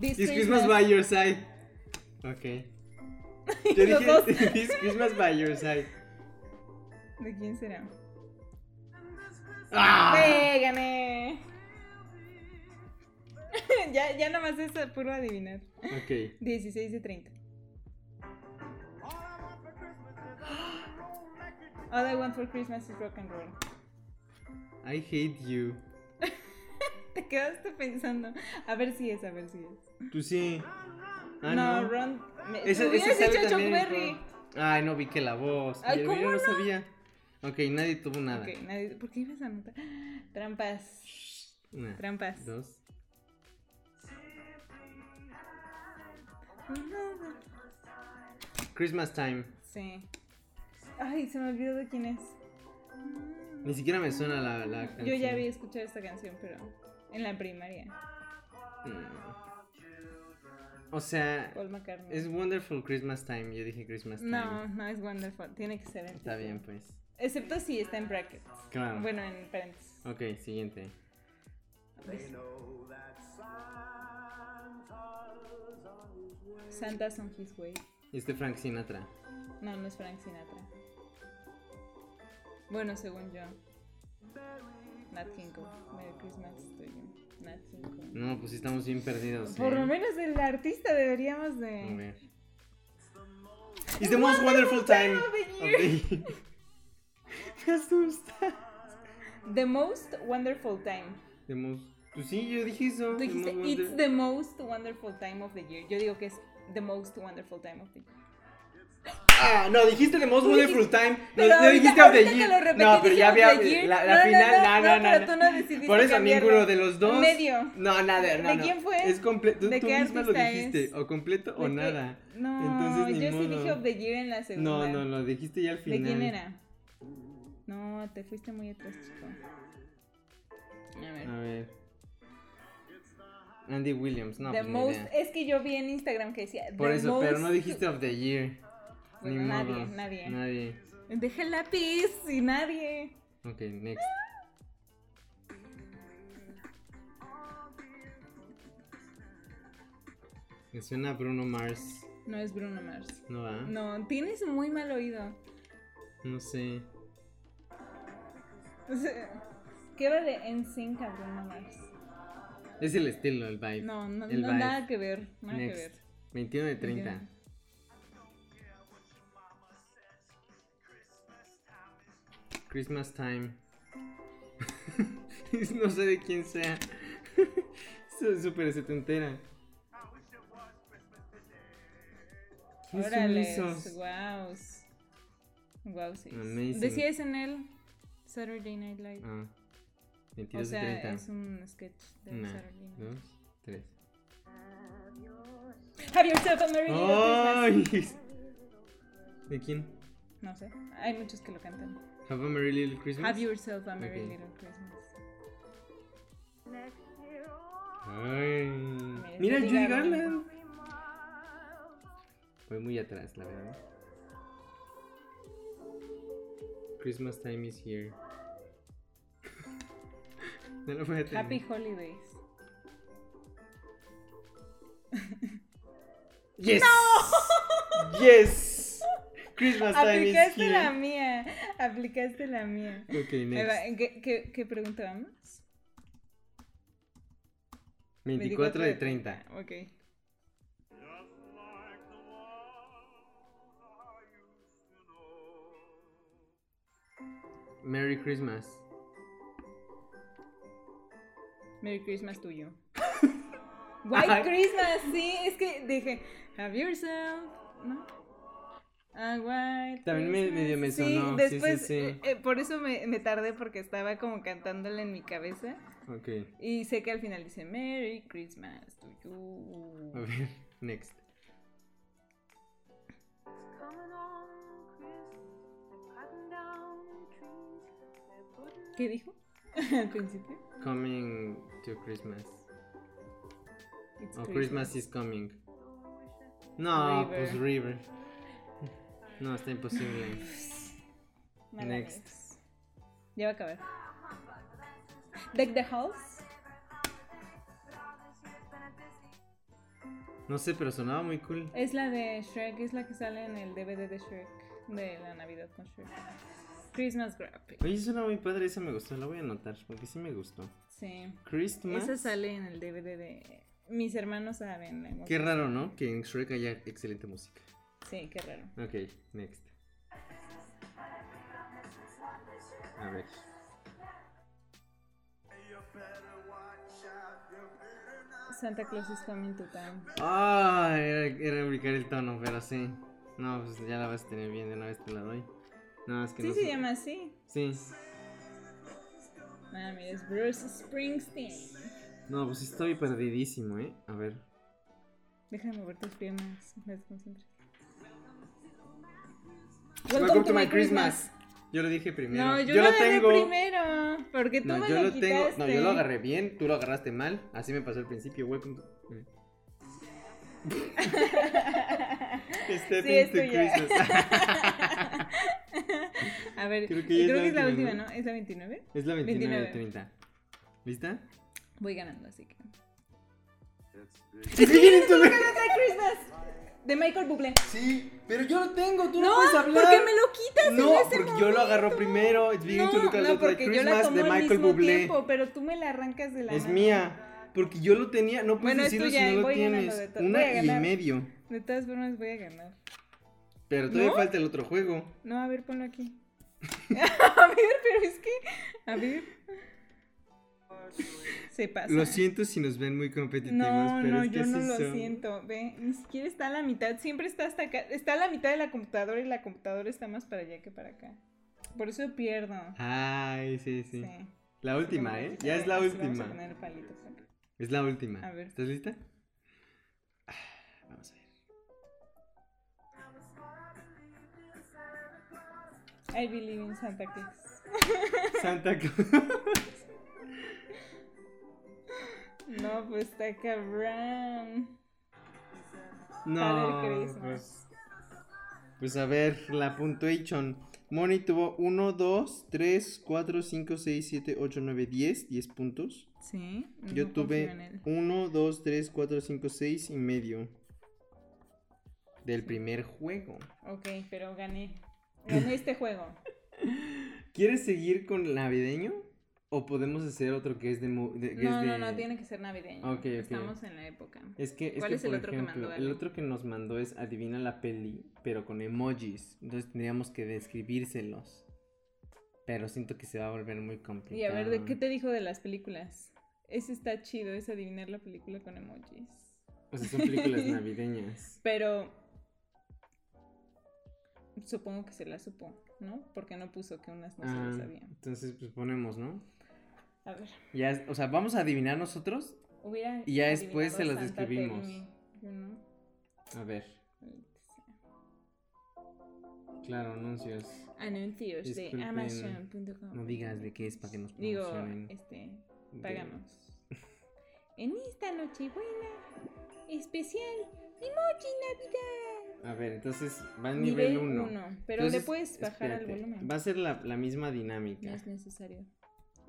Speaker 3: This
Speaker 2: This Christmas by your side. Ok. Yo
Speaker 3: Los dos.
Speaker 2: dije This Christmas by your side.
Speaker 3: ¿De quién será?
Speaker 2: ¡Ah!
Speaker 3: ¡Eh, gané! ya, ya nomás es puro adivinar.
Speaker 2: Ok.
Speaker 3: 16 de 30. All I want for Christmas is rock and roll.
Speaker 2: I hate you.
Speaker 3: Te quedaste pensando. A ver si es, a ver si es.
Speaker 2: Tú sí. Ah,
Speaker 3: no,
Speaker 2: no,
Speaker 3: Ron. Me,
Speaker 2: Ese-
Speaker 3: me
Speaker 2: ese
Speaker 3: hubieras
Speaker 2: sale
Speaker 3: dicho Chuck
Speaker 2: también en
Speaker 3: Berry.
Speaker 2: Ron. Ay, no vi que la voz.
Speaker 3: Ay,
Speaker 2: Yo-
Speaker 3: ¿cómo
Speaker 2: yo no,
Speaker 3: no?
Speaker 2: sabía. Ok, nadie tuvo nada.
Speaker 3: Ok, nadie. ¿Por qué ibas a anotar? Trampas.
Speaker 2: Una,
Speaker 3: Trampas.
Speaker 2: dos. Christmas Time.
Speaker 3: Sí. Ay, se me olvidó de quién es.
Speaker 2: Ni siquiera me suena la, la
Speaker 3: Yo
Speaker 2: canción.
Speaker 3: ya había escuchado esta canción, pero en la primaria.
Speaker 2: Mm. O sea,
Speaker 3: Paul McCartney.
Speaker 2: es Wonderful Christmas Time. Yo dije Christmas Time.
Speaker 3: No, no es wonderful. Tiene que ser. el
Speaker 2: Está
Speaker 3: título.
Speaker 2: bien, pues.
Speaker 3: Excepto si está en brackets.
Speaker 2: Claro.
Speaker 3: Bueno, en paréntesis.
Speaker 2: Ok, siguiente.
Speaker 3: Santa's on his way.
Speaker 2: Este Frank Sinatra.
Speaker 3: No, no es Frank Sinatra. Bueno, según yo. Nat King Cole. Merry Christmas to you. Nat King Cole.
Speaker 2: No, pues sí estamos bien perdidos.
Speaker 3: Por
Speaker 2: ¿eh?
Speaker 3: lo menos el artista deberíamos
Speaker 2: A
Speaker 3: de.
Speaker 2: ver. It's the most wonderful time
Speaker 3: of the
Speaker 2: of the year. Me asusta.
Speaker 3: The most wonderful time.
Speaker 2: The most... Pues sí, yo dije eso.
Speaker 3: Tú
Speaker 2: the
Speaker 3: dijiste,
Speaker 2: most
Speaker 3: it's
Speaker 2: wonder-
Speaker 3: the most wonderful time of the year. Yo digo que es the most wonderful time of the year.
Speaker 2: Ah, no, dijiste the most
Speaker 3: Tú dijiste-
Speaker 2: wonderful time. No,
Speaker 3: Pero
Speaker 2: no
Speaker 3: ahorita-
Speaker 2: dijiste of the
Speaker 3: ahorita te
Speaker 2: year.
Speaker 3: lo repetí,
Speaker 2: no, pero ya
Speaker 3: dije
Speaker 2: había
Speaker 3: of the year.
Speaker 2: la,
Speaker 3: No,
Speaker 2: la
Speaker 3: no,
Speaker 2: final.
Speaker 3: no,
Speaker 2: No, no,
Speaker 3: no,
Speaker 2: no.
Speaker 3: pero tú no decidiste
Speaker 2: Por eso
Speaker 3: cambiarlo.
Speaker 2: ninguno de los dos.
Speaker 3: Medio.
Speaker 2: No, nada, no.
Speaker 3: ¿De
Speaker 2: no.
Speaker 3: quién fue?
Speaker 2: Es completo.
Speaker 3: ¿De
Speaker 2: Tú
Speaker 3: qué
Speaker 2: misma lo
Speaker 3: artista
Speaker 2: dijiste.
Speaker 3: es?
Speaker 2: O completo o
Speaker 3: De que-
Speaker 2: nada.
Speaker 3: No,
Speaker 2: Entonces, ni
Speaker 3: yo sí
Speaker 2: modo.
Speaker 3: dije of the year en la
Speaker 2: No,
Speaker 3: segunda.
Speaker 2: no, lo dijiste ya al
Speaker 3: ¿De
Speaker 2: final.
Speaker 3: quién era? No, te fuiste muy atrás, chico. A ver.
Speaker 2: A ver. Andy Williams, no,
Speaker 3: the
Speaker 2: pues ni
Speaker 3: most,
Speaker 2: idea.
Speaker 3: es que yo vi en Instagram que decía.
Speaker 2: Por
Speaker 3: the
Speaker 2: eso, pero no
Speaker 3: most-
Speaker 2: dijiste of the year.
Speaker 3: Bueno,
Speaker 2: Ni
Speaker 3: nadie,
Speaker 2: modos.
Speaker 3: nadie.
Speaker 2: Nadie.
Speaker 3: Deja el lápiz y nadie.
Speaker 2: Ok, next. Me suena a Bruno Mars.
Speaker 3: No es Bruno Mars.
Speaker 2: ¿No va?
Speaker 3: No, tienes muy mal oído.
Speaker 2: No sé.
Speaker 3: O sea, ¿Qué va de NSYNC a Bruno Mars?
Speaker 2: Es el estilo, el vibe.
Speaker 3: No, no,
Speaker 2: El
Speaker 3: no,
Speaker 2: vibe.
Speaker 3: nada que ver. Nada
Speaker 2: Next.
Speaker 3: que ver.
Speaker 2: 21 de 30. Christmas time. no sé de quién sea. Es súper setentera. ¿Quién son
Speaker 3: Órales,
Speaker 2: esos?
Speaker 3: wow. Wow, pues, sí.
Speaker 2: Amazing.
Speaker 3: Decías en él Saturday Night Live.
Speaker 2: Ah, 22
Speaker 3: o
Speaker 2: de
Speaker 3: sea,
Speaker 2: 30.
Speaker 3: es un sketch de
Speaker 2: Una,
Speaker 3: Saturday Night
Speaker 2: dos, tres.
Speaker 3: Have yourself a merry little
Speaker 2: ¡Ay!
Speaker 3: Christmas.
Speaker 2: ¿De quién?
Speaker 3: No sé, hay muchos que lo cantan.
Speaker 2: Have a Merry Little Christmas.
Speaker 3: Have yourself a merry
Speaker 2: Ok.
Speaker 3: little Christmas.
Speaker 2: Ay. Mira,
Speaker 3: Mira,
Speaker 2: este
Speaker 3: Judy
Speaker 2: Judy
Speaker 3: Garland.
Speaker 2: Garland. Fue muy atrás, la verdad. Christmas time is here. no lo voy a tener.
Speaker 3: Happy Holidays.
Speaker 2: Yes. Yes. Christmas eh, time is
Speaker 3: Aplicaste
Speaker 2: here.
Speaker 3: la mía. Aplicaste la mía.
Speaker 2: Ok,
Speaker 3: Ahí
Speaker 2: next.
Speaker 3: va, ¿Qué, qué, qué preguntábamos?
Speaker 2: 24 de 30.
Speaker 3: Ok.
Speaker 2: Merry Christmas.
Speaker 3: Merry Christmas to you. White
Speaker 2: Ay.
Speaker 3: Christmas, sí, es que dije, have yourself, ¿no? A white
Speaker 2: También me-
Speaker 3: Christmas.
Speaker 2: medio me
Speaker 3: Sí,
Speaker 2: sonó, sí, sí,
Speaker 3: después,
Speaker 2: sí.
Speaker 3: eh, eh, por eso me, me tardé, porque estaba como cantándola en mi cabeza.
Speaker 2: Ok.
Speaker 3: Y sé que al final dice, Merry Christmas
Speaker 2: A
Speaker 3: to you.
Speaker 2: ver, next.
Speaker 3: ¿Qué dijo? al principio.
Speaker 2: Coming to Christmas.
Speaker 3: It's
Speaker 2: O Oh, Christmas is coming. No,
Speaker 3: River.
Speaker 2: pues River. No, está imposible.
Speaker 3: Mala
Speaker 2: Next.
Speaker 3: vez. Ya va a acabar. Deck the Halls.
Speaker 2: No sé, pero sonaba muy cool.
Speaker 3: Es la de Shrek, es la que sale en el DVD de Shrek, de la Navidad con Shrek. Christmas Graphic.
Speaker 2: Oye, suena muy padre, esa me gustó, la voy a anotar, porque sí me gustó.
Speaker 3: Sí.
Speaker 2: Christmas.
Speaker 3: Esa sale en el DVD de... Mis hermanos saben. la
Speaker 2: Qué
Speaker 3: música.
Speaker 2: raro, ¿no? Que en Shrek haya excelente música.
Speaker 3: Sí, qué raro.
Speaker 2: Ok, next. A ver.
Speaker 3: Santa Claus is coming to town.
Speaker 2: Ah, era, era ubicar el tono, pero sí. No, pues ya la vas a tener bien, de una vez te la doy. No, es que
Speaker 3: Sí,
Speaker 2: no
Speaker 3: se
Speaker 2: sé.
Speaker 3: llama así.
Speaker 2: Sí.
Speaker 3: Ah, mira, es Bruce Springsteen.
Speaker 2: No, pues sí estoy perdidísimo, ¿eh? A ver.
Speaker 3: Déjame mover tus piernas. Me desconcentré.
Speaker 2: Welcome, to my Christmas. Yo lo dije primero.
Speaker 3: No, yo, lo agarré primero. Porque tú
Speaker 2: No,
Speaker 3: me
Speaker 2: yo
Speaker 3: lo,
Speaker 2: lo tengo.
Speaker 3: quitaste.
Speaker 2: No, yo lo agarré bien, tú lo agarraste mal. Así me pasó al principio. Welcome to. Step
Speaker 3: Sí, es
Speaker 2: into
Speaker 3: tuya.
Speaker 2: Este Christmas.
Speaker 3: A ver,
Speaker 2: Creo que
Speaker 3: creo que,
Speaker 2: ya es
Speaker 3: creo
Speaker 2: la
Speaker 3: que es la
Speaker 2: última,
Speaker 3: última,
Speaker 2: ¿no?
Speaker 3: ¿no? ¿Es la 29?
Speaker 2: es la 29 de
Speaker 3: 29.
Speaker 2: 30. ¿Lista?
Speaker 3: Voy ganando, así que.
Speaker 2: Sí, sí, sí, tú-
Speaker 3: ¡Merry Christmas! De Michael Bublé.
Speaker 2: Sí, pero yo lo tengo, tú no,
Speaker 3: No,
Speaker 2: puedes
Speaker 3: porque
Speaker 2: hablar.
Speaker 3: me lo quitas
Speaker 2: No,
Speaker 3: en ese
Speaker 2: porque yo lo agarro
Speaker 3: momento.
Speaker 2: primero. It's beginning to
Speaker 3: No,
Speaker 2: look a
Speaker 3: no,
Speaker 2: lot like
Speaker 3: porque yo la
Speaker 2: Christmas
Speaker 3: tomo
Speaker 2: de
Speaker 3: al
Speaker 2: Michael
Speaker 3: mismo
Speaker 2: Bublé.
Speaker 3: tiempo, pero tú me la arrancas de la
Speaker 2: Es
Speaker 3: mano.
Speaker 2: mía. Porque yo lo tenía, no puedes
Speaker 3: Bueno, es
Speaker 2: decirlo
Speaker 3: tuya,
Speaker 2: si no lo
Speaker 3: voy ganando de
Speaker 2: tienes.
Speaker 3: to- voy
Speaker 2: Una
Speaker 3: a
Speaker 2: y
Speaker 3: ganar.
Speaker 2: medio.
Speaker 3: De todas formas voy a ganar.
Speaker 2: Pero todavía
Speaker 3: ¿No?
Speaker 2: falta el otro juego.
Speaker 3: No, a ver, ponlo aquí. a ver, pero es que. A ver. Se pasa.
Speaker 2: Lo siento si nos ven muy competitivos,
Speaker 3: No,
Speaker 2: pero
Speaker 3: no,
Speaker 2: es que
Speaker 3: yo
Speaker 2: así
Speaker 3: no lo
Speaker 2: son.
Speaker 3: siento. Ve, ni siquiera está a la mitad. Siempre está hasta acá. Está a la mitad de la computadora y la computadora está más para allá que para acá. Por eso pierdo.
Speaker 2: Ay, sí, Ah, sí.
Speaker 3: Sí.
Speaker 2: La última, ¿eh? Ya es la
Speaker 3: Vamos a poner
Speaker 2: última.
Speaker 3: el palito por acá.
Speaker 2: Es la última.
Speaker 3: A ver.
Speaker 2: ¿Estás lista? Ah, Vamos a ver.
Speaker 3: I believe in Santa Claus.
Speaker 2: Santa Claus.
Speaker 3: No, pues está cabrón.
Speaker 2: No.
Speaker 3: Father Christmas.
Speaker 2: Pues, pues a ver, la puntuation. Moni tuvo 1, 2, 3, 4, 5, 6, 7, 8, 9, 10. 10 puntos.
Speaker 3: Sí.
Speaker 2: Yo
Speaker 3: no confío en
Speaker 2: tuve
Speaker 3: él.
Speaker 2: 1, 2, 3, 4, 5, 6 y medio. Del primer juego.
Speaker 3: Ok, pero gané. Gané este juego.
Speaker 2: ¿Quieres seguir con navideño? ¿O podemos hacer otro que es de... mu- de- que
Speaker 3: No,
Speaker 2: es
Speaker 3: no,
Speaker 2: de-
Speaker 3: no, tiene que ser navideño.
Speaker 2: Ok, ok.
Speaker 3: Estamos en la época.
Speaker 2: Es que, es
Speaker 3: ¿Cuál
Speaker 2: que,
Speaker 3: es el
Speaker 2: por
Speaker 3: otro que mandó
Speaker 2: ejemplo, el
Speaker 3: Ale?
Speaker 2: otro que nos mandó es adivina la peli, pero con emojis. Entonces tendríamos que describírselos. Pero siento que se va a volver muy complicado.
Speaker 3: Y a ver, ¿de qué te dijo de las películas? Ese está chido, es adivinar la película con emojis.
Speaker 2: O sea, son películas navideñas.
Speaker 3: Pero supongo que se la supo, ¿no? Porque no puso que unas no se
Speaker 2: Ah,
Speaker 3: las sabían.
Speaker 2: entonces, pues ponemos, ¿no?
Speaker 3: A ver,
Speaker 2: Ya, es- o sea, vamos a adivinar nosotros.
Speaker 3: hubiera.
Speaker 2: Y ya después se
Speaker 3: adivinado
Speaker 2: las
Speaker 3: Santa
Speaker 2: describimos.
Speaker 3: Tell Me, yo no.
Speaker 2: A ver, claro, anuncios.
Speaker 3: Ah, Anuncios de
Speaker 2: Disculpen,
Speaker 3: Amazon.com.
Speaker 2: No digas de qué es para que nos
Speaker 3: Digo,
Speaker 2: promocionen.
Speaker 3: este,
Speaker 2: De-
Speaker 3: pagamos. En esta Nochebuena, especial Emoji Navidad.
Speaker 2: A ver, entonces va en nivel 1.
Speaker 3: uno, pero le puedes bajar al volumen.
Speaker 2: Va a ser la, la misma dinámica.
Speaker 3: No es necesario.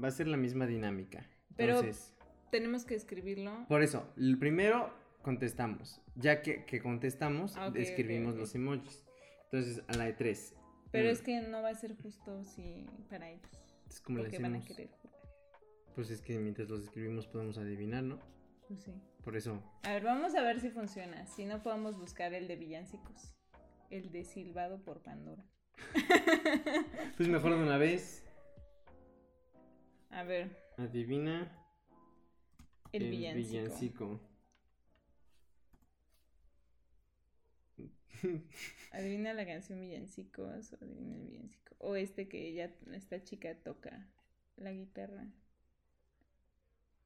Speaker 2: Va a ser la misma dinámica.
Speaker 3: Pero-
Speaker 2: Entonces,
Speaker 3: Tenemos que escribirlo.
Speaker 2: por eso, el primero contestamos. Ya que, que contestamos,
Speaker 3: Ah, ok,
Speaker 2: escribimos
Speaker 3: ok, ok.
Speaker 2: los emojis. Entonces, a la de tres.
Speaker 3: Pero
Speaker 2: Uno.
Speaker 3: es que no va a ser justo si para ellos.
Speaker 2: Entonces, ¿cómo le
Speaker 3: porque van a
Speaker 2: hacemos?
Speaker 3: querer jugar.
Speaker 2: Pues es que mientras los escribimos podemos adivinar, ¿no?
Speaker 3: Pues sí.
Speaker 2: Por eso.
Speaker 3: A ver, vamos a ver si funciona. Si no, podemos buscar el de villancicos. El de silbado por Pandora.
Speaker 2: Pues mejor de una vez.
Speaker 3: A ver,
Speaker 2: Adivina
Speaker 3: el, villancico.
Speaker 2: villancico.
Speaker 3: Adivina la canción villancicos o adivina el villancico. O este que ella, esta chica toca la guitarra.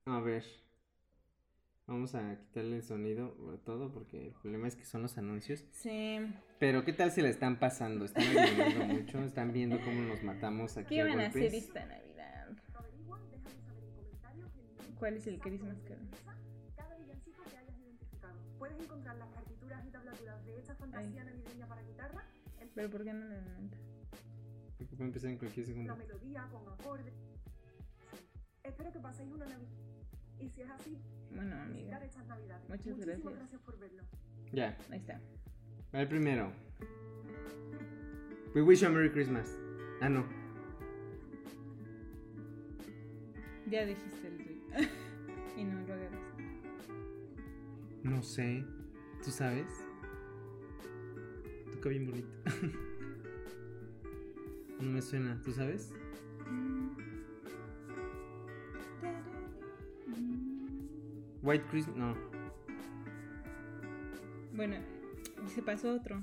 Speaker 2: A ver. Vamos a quitarle el sonido a todo porque el problema es que son los anuncios.
Speaker 3: Sí.
Speaker 2: Pero ¿qué tal si la están pasando? Están adivinando mucho, están viendo cómo nos matamos aquí.
Speaker 3: ¿Qué
Speaker 2: a
Speaker 3: van a hacer
Speaker 2: golpes?
Speaker 3: esta Navidad? ¿Cuál es el que eres más caro?
Speaker 4: Cada villancico que hayas identificado. Puedes encontrar las partituras y tablaturas de esta fantasía navideña para guitarra,
Speaker 3: ¿Pero por qué no lo adelantas?
Speaker 2: Porque puede empezar en cualquier segundo.
Speaker 4: la melodía con acordes. Espero que paséis una Navidad. Y si es así,
Speaker 3: Bueno, amigo.
Speaker 4: visitar estas Navidades.
Speaker 3: Muchas
Speaker 4: Muchísimas
Speaker 3: gracias.
Speaker 4: por verlo.
Speaker 2: Ya,
Speaker 3: Ahí está.
Speaker 2: va el primero. We wish you a Merry Christmas. Ah, no.
Speaker 3: Ya dijiste el tuyo. y no lo agarras.
Speaker 2: No sé. ¿Tú sabes? Toca bien bonito. no me suena. ¿Tú sabes? White Christmas. No.
Speaker 3: Bueno, y se pasó otro.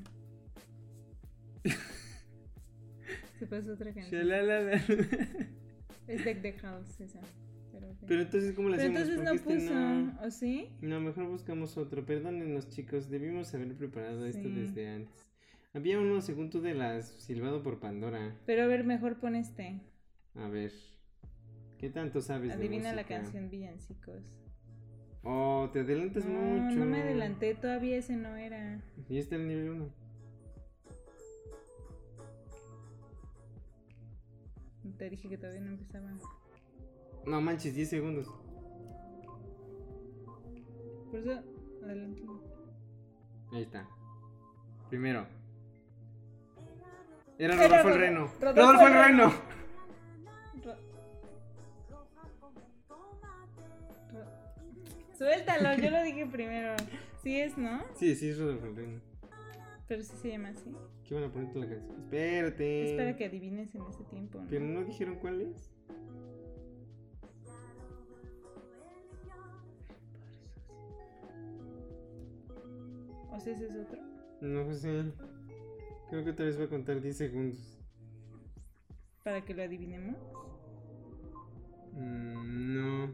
Speaker 3: se pasó otra canción.
Speaker 2: Shalalala.
Speaker 3: Es Deck the House esa. Pero profe.
Speaker 2: Pero entonces, ¿cómo lo
Speaker 3: este, Pero
Speaker 2: hacemos?
Speaker 3: entonces no
Speaker 2: Porque este
Speaker 3: puso, ¿o sí?
Speaker 2: No, mejor buscamos otro. Perdónenos, chicos, debimos haber preparado esto
Speaker 3: Sí.
Speaker 2: desde antes. Había uno según tú de las silbado por Pandora.
Speaker 3: Pero a ver, mejor pon este.
Speaker 2: A ver. ¿Qué tanto sabes
Speaker 3: Adivina
Speaker 2: Pues de
Speaker 3: la
Speaker 2: música?
Speaker 3: canción Villancicos.
Speaker 2: Oh, te adelantas
Speaker 3: No,
Speaker 2: mucho.
Speaker 3: no me adelanté, todavía ese no era.
Speaker 2: Y este es el nivel 1.
Speaker 3: Te dije que todavía no empezaba.
Speaker 2: No manches, 10 segundos.
Speaker 3: Por eso, adelante.
Speaker 2: Ahí está. Primero. Era
Speaker 3: Era
Speaker 2: Rodolfo el
Speaker 3: Ro-
Speaker 2: Reno.
Speaker 3: Rodolfo
Speaker 2: Rodolfo el
Speaker 3: el
Speaker 2: Reno.
Speaker 3: Ro- ro- Suéltalo, yo lo dije primero. Sí es, ¿no?
Speaker 2: Sí, sí, es Rodolfo el Reno.
Speaker 3: Pero sí se llama así.
Speaker 2: ¿Qué van a poner toda la canción? Espérate.
Speaker 3: Es para que adivines en ese tiempo. ¿no?
Speaker 2: Pero no dijeron cuál es.
Speaker 3: O sea, ese es otro.
Speaker 2: No sé. Creo que otra vez voy a contar 10 segundos.
Speaker 3: Para que lo adivinemos.
Speaker 2: Mm, no.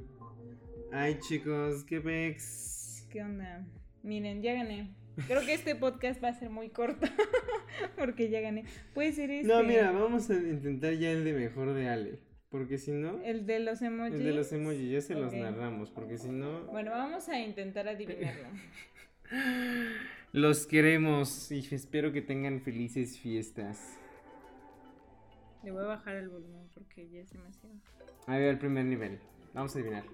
Speaker 2: Ay, chicos, qué pex.
Speaker 3: ¿Qué onda? Miren, ya gané. Creo que este podcast va a ser muy corto. porque ya gané. Puede ser este.
Speaker 2: No, mira, vamos a intentar ya el de mejor de Ale. Porque si no,
Speaker 3: El de los emojis.
Speaker 2: el de los emojis ya se los
Speaker 3: Ok.
Speaker 2: narramos. Porque si no,
Speaker 3: Bueno, vamos a intentar adivinarlo.
Speaker 2: los queremos y espero que tengan felices fiestas.
Speaker 3: Le voy a bajar el volumen porque ya es demasiado.
Speaker 2: A ver, el primer nivel. Vamos a adivinar.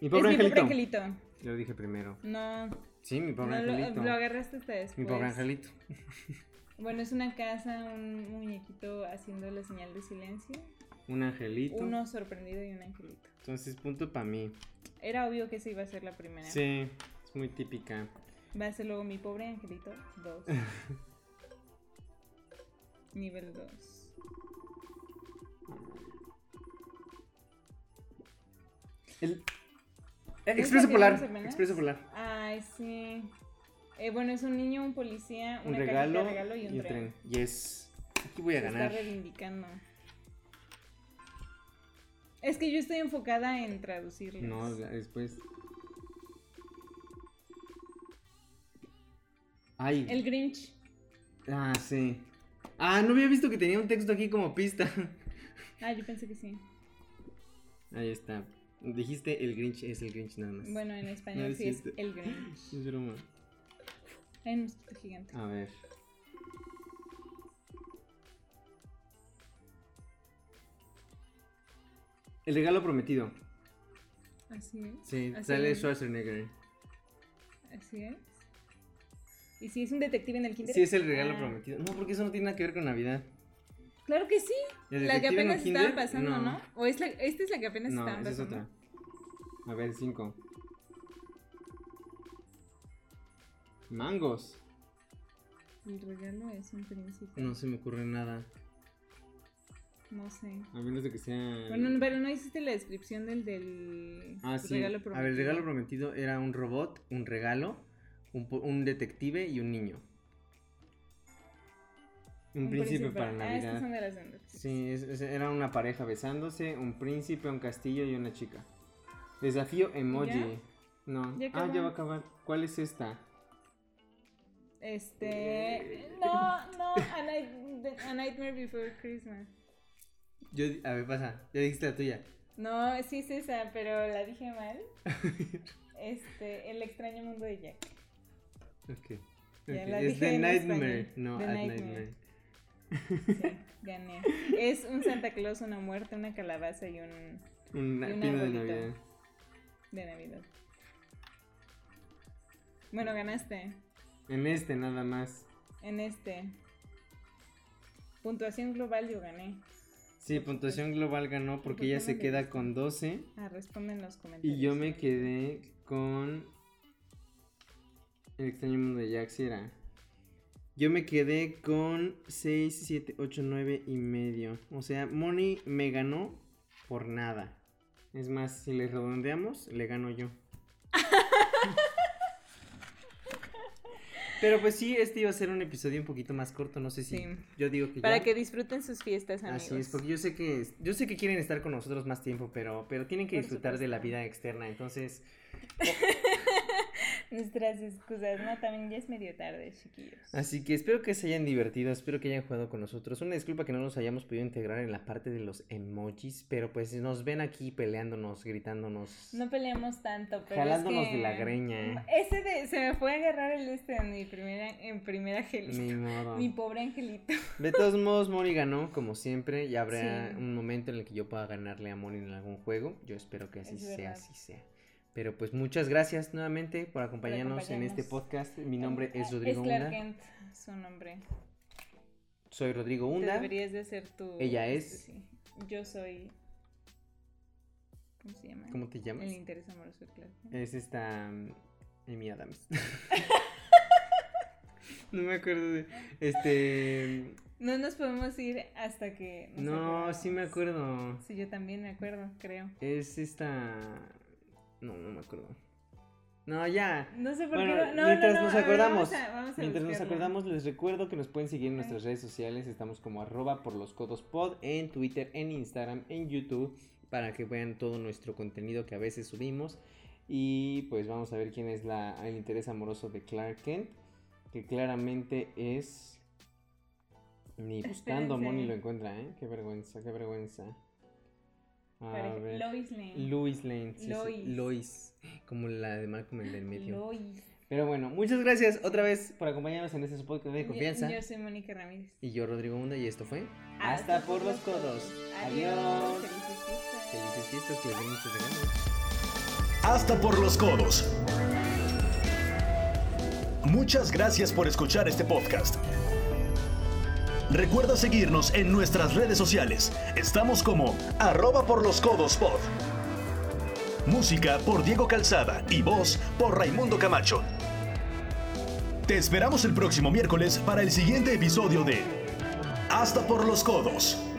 Speaker 2: Mi pobre
Speaker 3: es mi pobre
Speaker 2: angelito.
Speaker 3: angelito.
Speaker 2: Lo dije primero.
Speaker 3: No,
Speaker 2: Sí, mi pobre
Speaker 3: no
Speaker 2: angelito.
Speaker 3: lo, lo agarraste hasta después.
Speaker 2: mi pobre angelito.
Speaker 3: Bueno, es una casa, un muñequito haciendo la señal de silencio.
Speaker 2: Un angelito.
Speaker 3: Uno sorprendido y un angelito.
Speaker 2: Entonces, punto para mí.
Speaker 3: Era obvio que esa iba a ser la primera.
Speaker 2: Sí, es muy típica.
Speaker 3: Va a ser luego mi pobre angelito 2. Nivel 2.
Speaker 2: El... Eh,
Speaker 3: ¿Es
Speaker 2: Expreso
Speaker 3: la que
Speaker 2: polar.
Speaker 3: vimos apenas?
Speaker 2: Expreso polar.
Speaker 3: Ay, sí. Eh, bueno, es un niño, un policía,
Speaker 2: Un
Speaker 3: una cajita
Speaker 2: regalo,
Speaker 3: de regalo y un tren.
Speaker 2: Yes. Aquí voy a
Speaker 3: Se
Speaker 2: ganar.
Speaker 3: está reivindicando. Es que yo estoy enfocada en traducirlos.
Speaker 2: No, la- después. Ay.
Speaker 3: El Grinch.
Speaker 2: Ah, sí. Ah, no había visto que tenía un texto aquí como pista.
Speaker 3: Ah, yo pensé que sí.
Speaker 2: Ahí está. Dijiste el Grinch es el Grinch nada más.
Speaker 3: Bueno, en español
Speaker 2: No
Speaker 3: sí es
Speaker 2: existe.
Speaker 3: el Grinch.
Speaker 2: Es broma.
Speaker 3: Hay un mosquito gigante.
Speaker 2: A ver. El regalo prometido.
Speaker 3: Así es.
Speaker 2: Sí,
Speaker 3: Así
Speaker 2: sale
Speaker 3: es.
Speaker 2: Schwarzenegger.
Speaker 3: Así es. ¿Y si es un detective en el kinder?
Speaker 2: Sí, es el regalo
Speaker 3: Ah,
Speaker 2: prometido. No, porque eso no tiene nada que ver con Navidad.
Speaker 3: Claro que sí.
Speaker 2: El
Speaker 3: La que
Speaker 2: detective en
Speaker 3: apenas
Speaker 2: el
Speaker 3: estaba
Speaker 2: kinder,
Speaker 3: pasando, ¿no? O es la, esta es la que apenas
Speaker 2: No,
Speaker 3: estaba
Speaker 2: esa es
Speaker 3: pasando.
Speaker 2: otra. A ver, cinco. Mangos.
Speaker 3: El regalo es un príncipe.
Speaker 2: No se me ocurre nada.
Speaker 3: No sé.
Speaker 2: A menos de que sea.
Speaker 3: Bueno, no, pero no hiciste la descripción del del
Speaker 2: ah, sí.
Speaker 3: regalo
Speaker 2: A ver, el regalo
Speaker 3: prometido.
Speaker 2: prometido era un robot, un regalo, un, po- un detective y un niño. Un, príncipe, para
Speaker 3: Ah,
Speaker 2: Navidad.
Speaker 3: estas son de las Andersons.
Speaker 2: Sí, es- es- era una pareja besándose, un príncipe, un castillo y una chica. Desafío emoji.
Speaker 3: ¿Ya?
Speaker 2: No.
Speaker 3: Ya
Speaker 2: ah, ya va
Speaker 3: acabó.
Speaker 2: a acabar. ¿Cuál es esta?
Speaker 3: Este. No, no, a, Night- A Nightmare Before Christmas.
Speaker 2: Yo, di- a ver, pasa. Ya dijiste la tuya.
Speaker 3: No, sí es esa, pero la dije mal. Este, El extraño mundo de Jack.
Speaker 2: Ok.
Speaker 3: Ya
Speaker 2: Ok,
Speaker 3: la
Speaker 2: Es
Speaker 3: dije
Speaker 2: The
Speaker 3: en
Speaker 2: Nightmare.
Speaker 3: español.
Speaker 2: No,
Speaker 3: The
Speaker 2: At Nightmare.
Speaker 3: Nightmare. Sí, gané. Es un Santa Claus, una muerte, una calabaza y un
Speaker 2: Un
Speaker 3: Y un
Speaker 2: pino de
Speaker 3: arbolito.
Speaker 2: Navidad.
Speaker 3: de Navidad. Bueno, ganaste
Speaker 2: En este nada más.
Speaker 3: en este. Puntuación global yo gané.
Speaker 2: Sí, puntuación global ganó porque ella se
Speaker 3: ¿Por qué no le
Speaker 2: queda con 12
Speaker 3: Ah, responden los comentarios.
Speaker 2: y yo me quedé con El extraño mundo de Jack, sí era. Yo me quedé con 6, 7, 8, 9 y medio. O sea, Moni me ganó por nada. Es más, si le redondeamos, le gano yo. Pero pues sí, este iba a ser un episodio un poquito más corto, no sé si
Speaker 3: Sí.
Speaker 2: yo digo que
Speaker 3: Para
Speaker 2: ya.
Speaker 3: que disfruten sus fiestas, amigos.
Speaker 2: Así es, porque yo sé que yo sé que quieren estar con nosotros más tiempo, pero pero tienen que
Speaker 3: Por
Speaker 2: disfrutar de la
Speaker 3: supuesto.
Speaker 2: vida externa, entonces
Speaker 3: Nuestras excusas, no, también ya es medio tarde, chiquillos.
Speaker 2: Así que espero que se hayan divertido, espero que hayan jugado con nosotros. Una disculpa que no nos hayamos podido integrar en la parte de los emojis, pero pues nos ven aquí peleándonos, gritándonos,
Speaker 3: No peleamos tanto, pero
Speaker 2: jalándonos
Speaker 3: es que...
Speaker 2: de la greña. ¿eh?
Speaker 3: Ese de- se me fue a agarrar el este en mi primera, en primera angelito.
Speaker 2: Ni
Speaker 3: Mi,
Speaker 2: modo.
Speaker 3: pobre angelito.
Speaker 2: De todos modos, Moni ganó, como siempre, y habrá
Speaker 3: Sí.
Speaker 2: un momento en el que yo pueda ganarle a Moni en algún juego. Yo espero que así
Speaker 3: Es
Speaker 2: sea,
Speaker 3: verdad.
Speaker 2: así sea. Pero pues muchas gracias nuevamente por acompañarnos, en este
Speaker 3: acompañarnos. Ah,
Speaker 2: podcast. Mi nombre es Rodrigo
Speaker 3: Es Clark
Speaker 2: Hunda.
Speaker 3: Kent, su nombre.
Speaker 2: Soy Rodrigo
Speaker 3: Te
Speaker 2: Hunda.
Speaker 3: deberías de hacer tu...
Speaker 2: Ella es-
Speaker 3: sí. Yo soy... ¿Cómo se llama?
Speaker 2: ¿Cómo te llamas?
Speaker 3: El interés amoroso de Clark Kent.
Speaker 2: Es esta. mm, Amy Adams. no me acuerdo de. Este.
Speaker 3: No nos podemos ir hasta que... nos
Speaker 2: No, sí me
Speaker 3: acordemos.
Speaker 2: acuerdo.
Speaker 3: Sí, yo también me acuerdo, creo.
Speaker 2: Es esta. No, no me acuerdo. No, ya.
Speaker 3: No sé por
Speaker 2: Bueno,
Speaker 3: qué. no- No,
Speaker 2: mientras
Speaker 3: no, no,
Speaker 2: nos
Speaker 3: a ver,
Speaker 2: acordamos,
Speaker 3: vamos a- vamos a
Speaker 2: Mientras nos
Speaker 3: buscarlo.
Speaker 2: acordamos, les recuerdo que nos pueden seguir en
Speaker 3: Ay.
Speaker 2: nuestras redes sociales. Estamos como arroba por los codos pod en Twitter, en Instagram, en YouTube, para que vean todo nuestro contenido que a veces subimos. Y pues vamos a ver quién es la, el interés amoroso de Clark Kent, que claramente es... Ni buscando a Moni
Speaker 3: Espérense.
Speaker 2: lo encuentra, ¿eh? Qué vergüenza, qué vergüenza. A
Speaker 3: Parece-
Speaker 2: ver.
Speaker 3: Lois Lane.
Speaker 2: Lois Lane. sí, sí,
Speaker 3: Lois.
Speaker 2: Lois. Como la de Malcolm en el medio.
Speaker 3: Lois.
Speaker 2: Pero bueno, muchas gracias otra vez por acompañarnos en este su podcast de
Speaker 3: Yo-
Speaker 2: confianza.
Speaker 3: Yo, soy Mónica Ramírez.
Speaker 2: Y yo, Rodrigo Hunda, y esto fue Hasta por los codos. Adiós.
Speaker 3: Felices fiestas.
Speaker 2: Felices Fiestas, que les den muchos regalos.
Speaker 1: Hasta por los codos. Muchas gracias por escuchar este podcast. Recuerda seguirnos en nuestras redes sociales. Estamos como arroba por los codos pod. Música por Diego Calzada y voz por Raimundo Camacho. Te esperamos el próximo miércoles para el siguiente episodio de Hasta por los codos.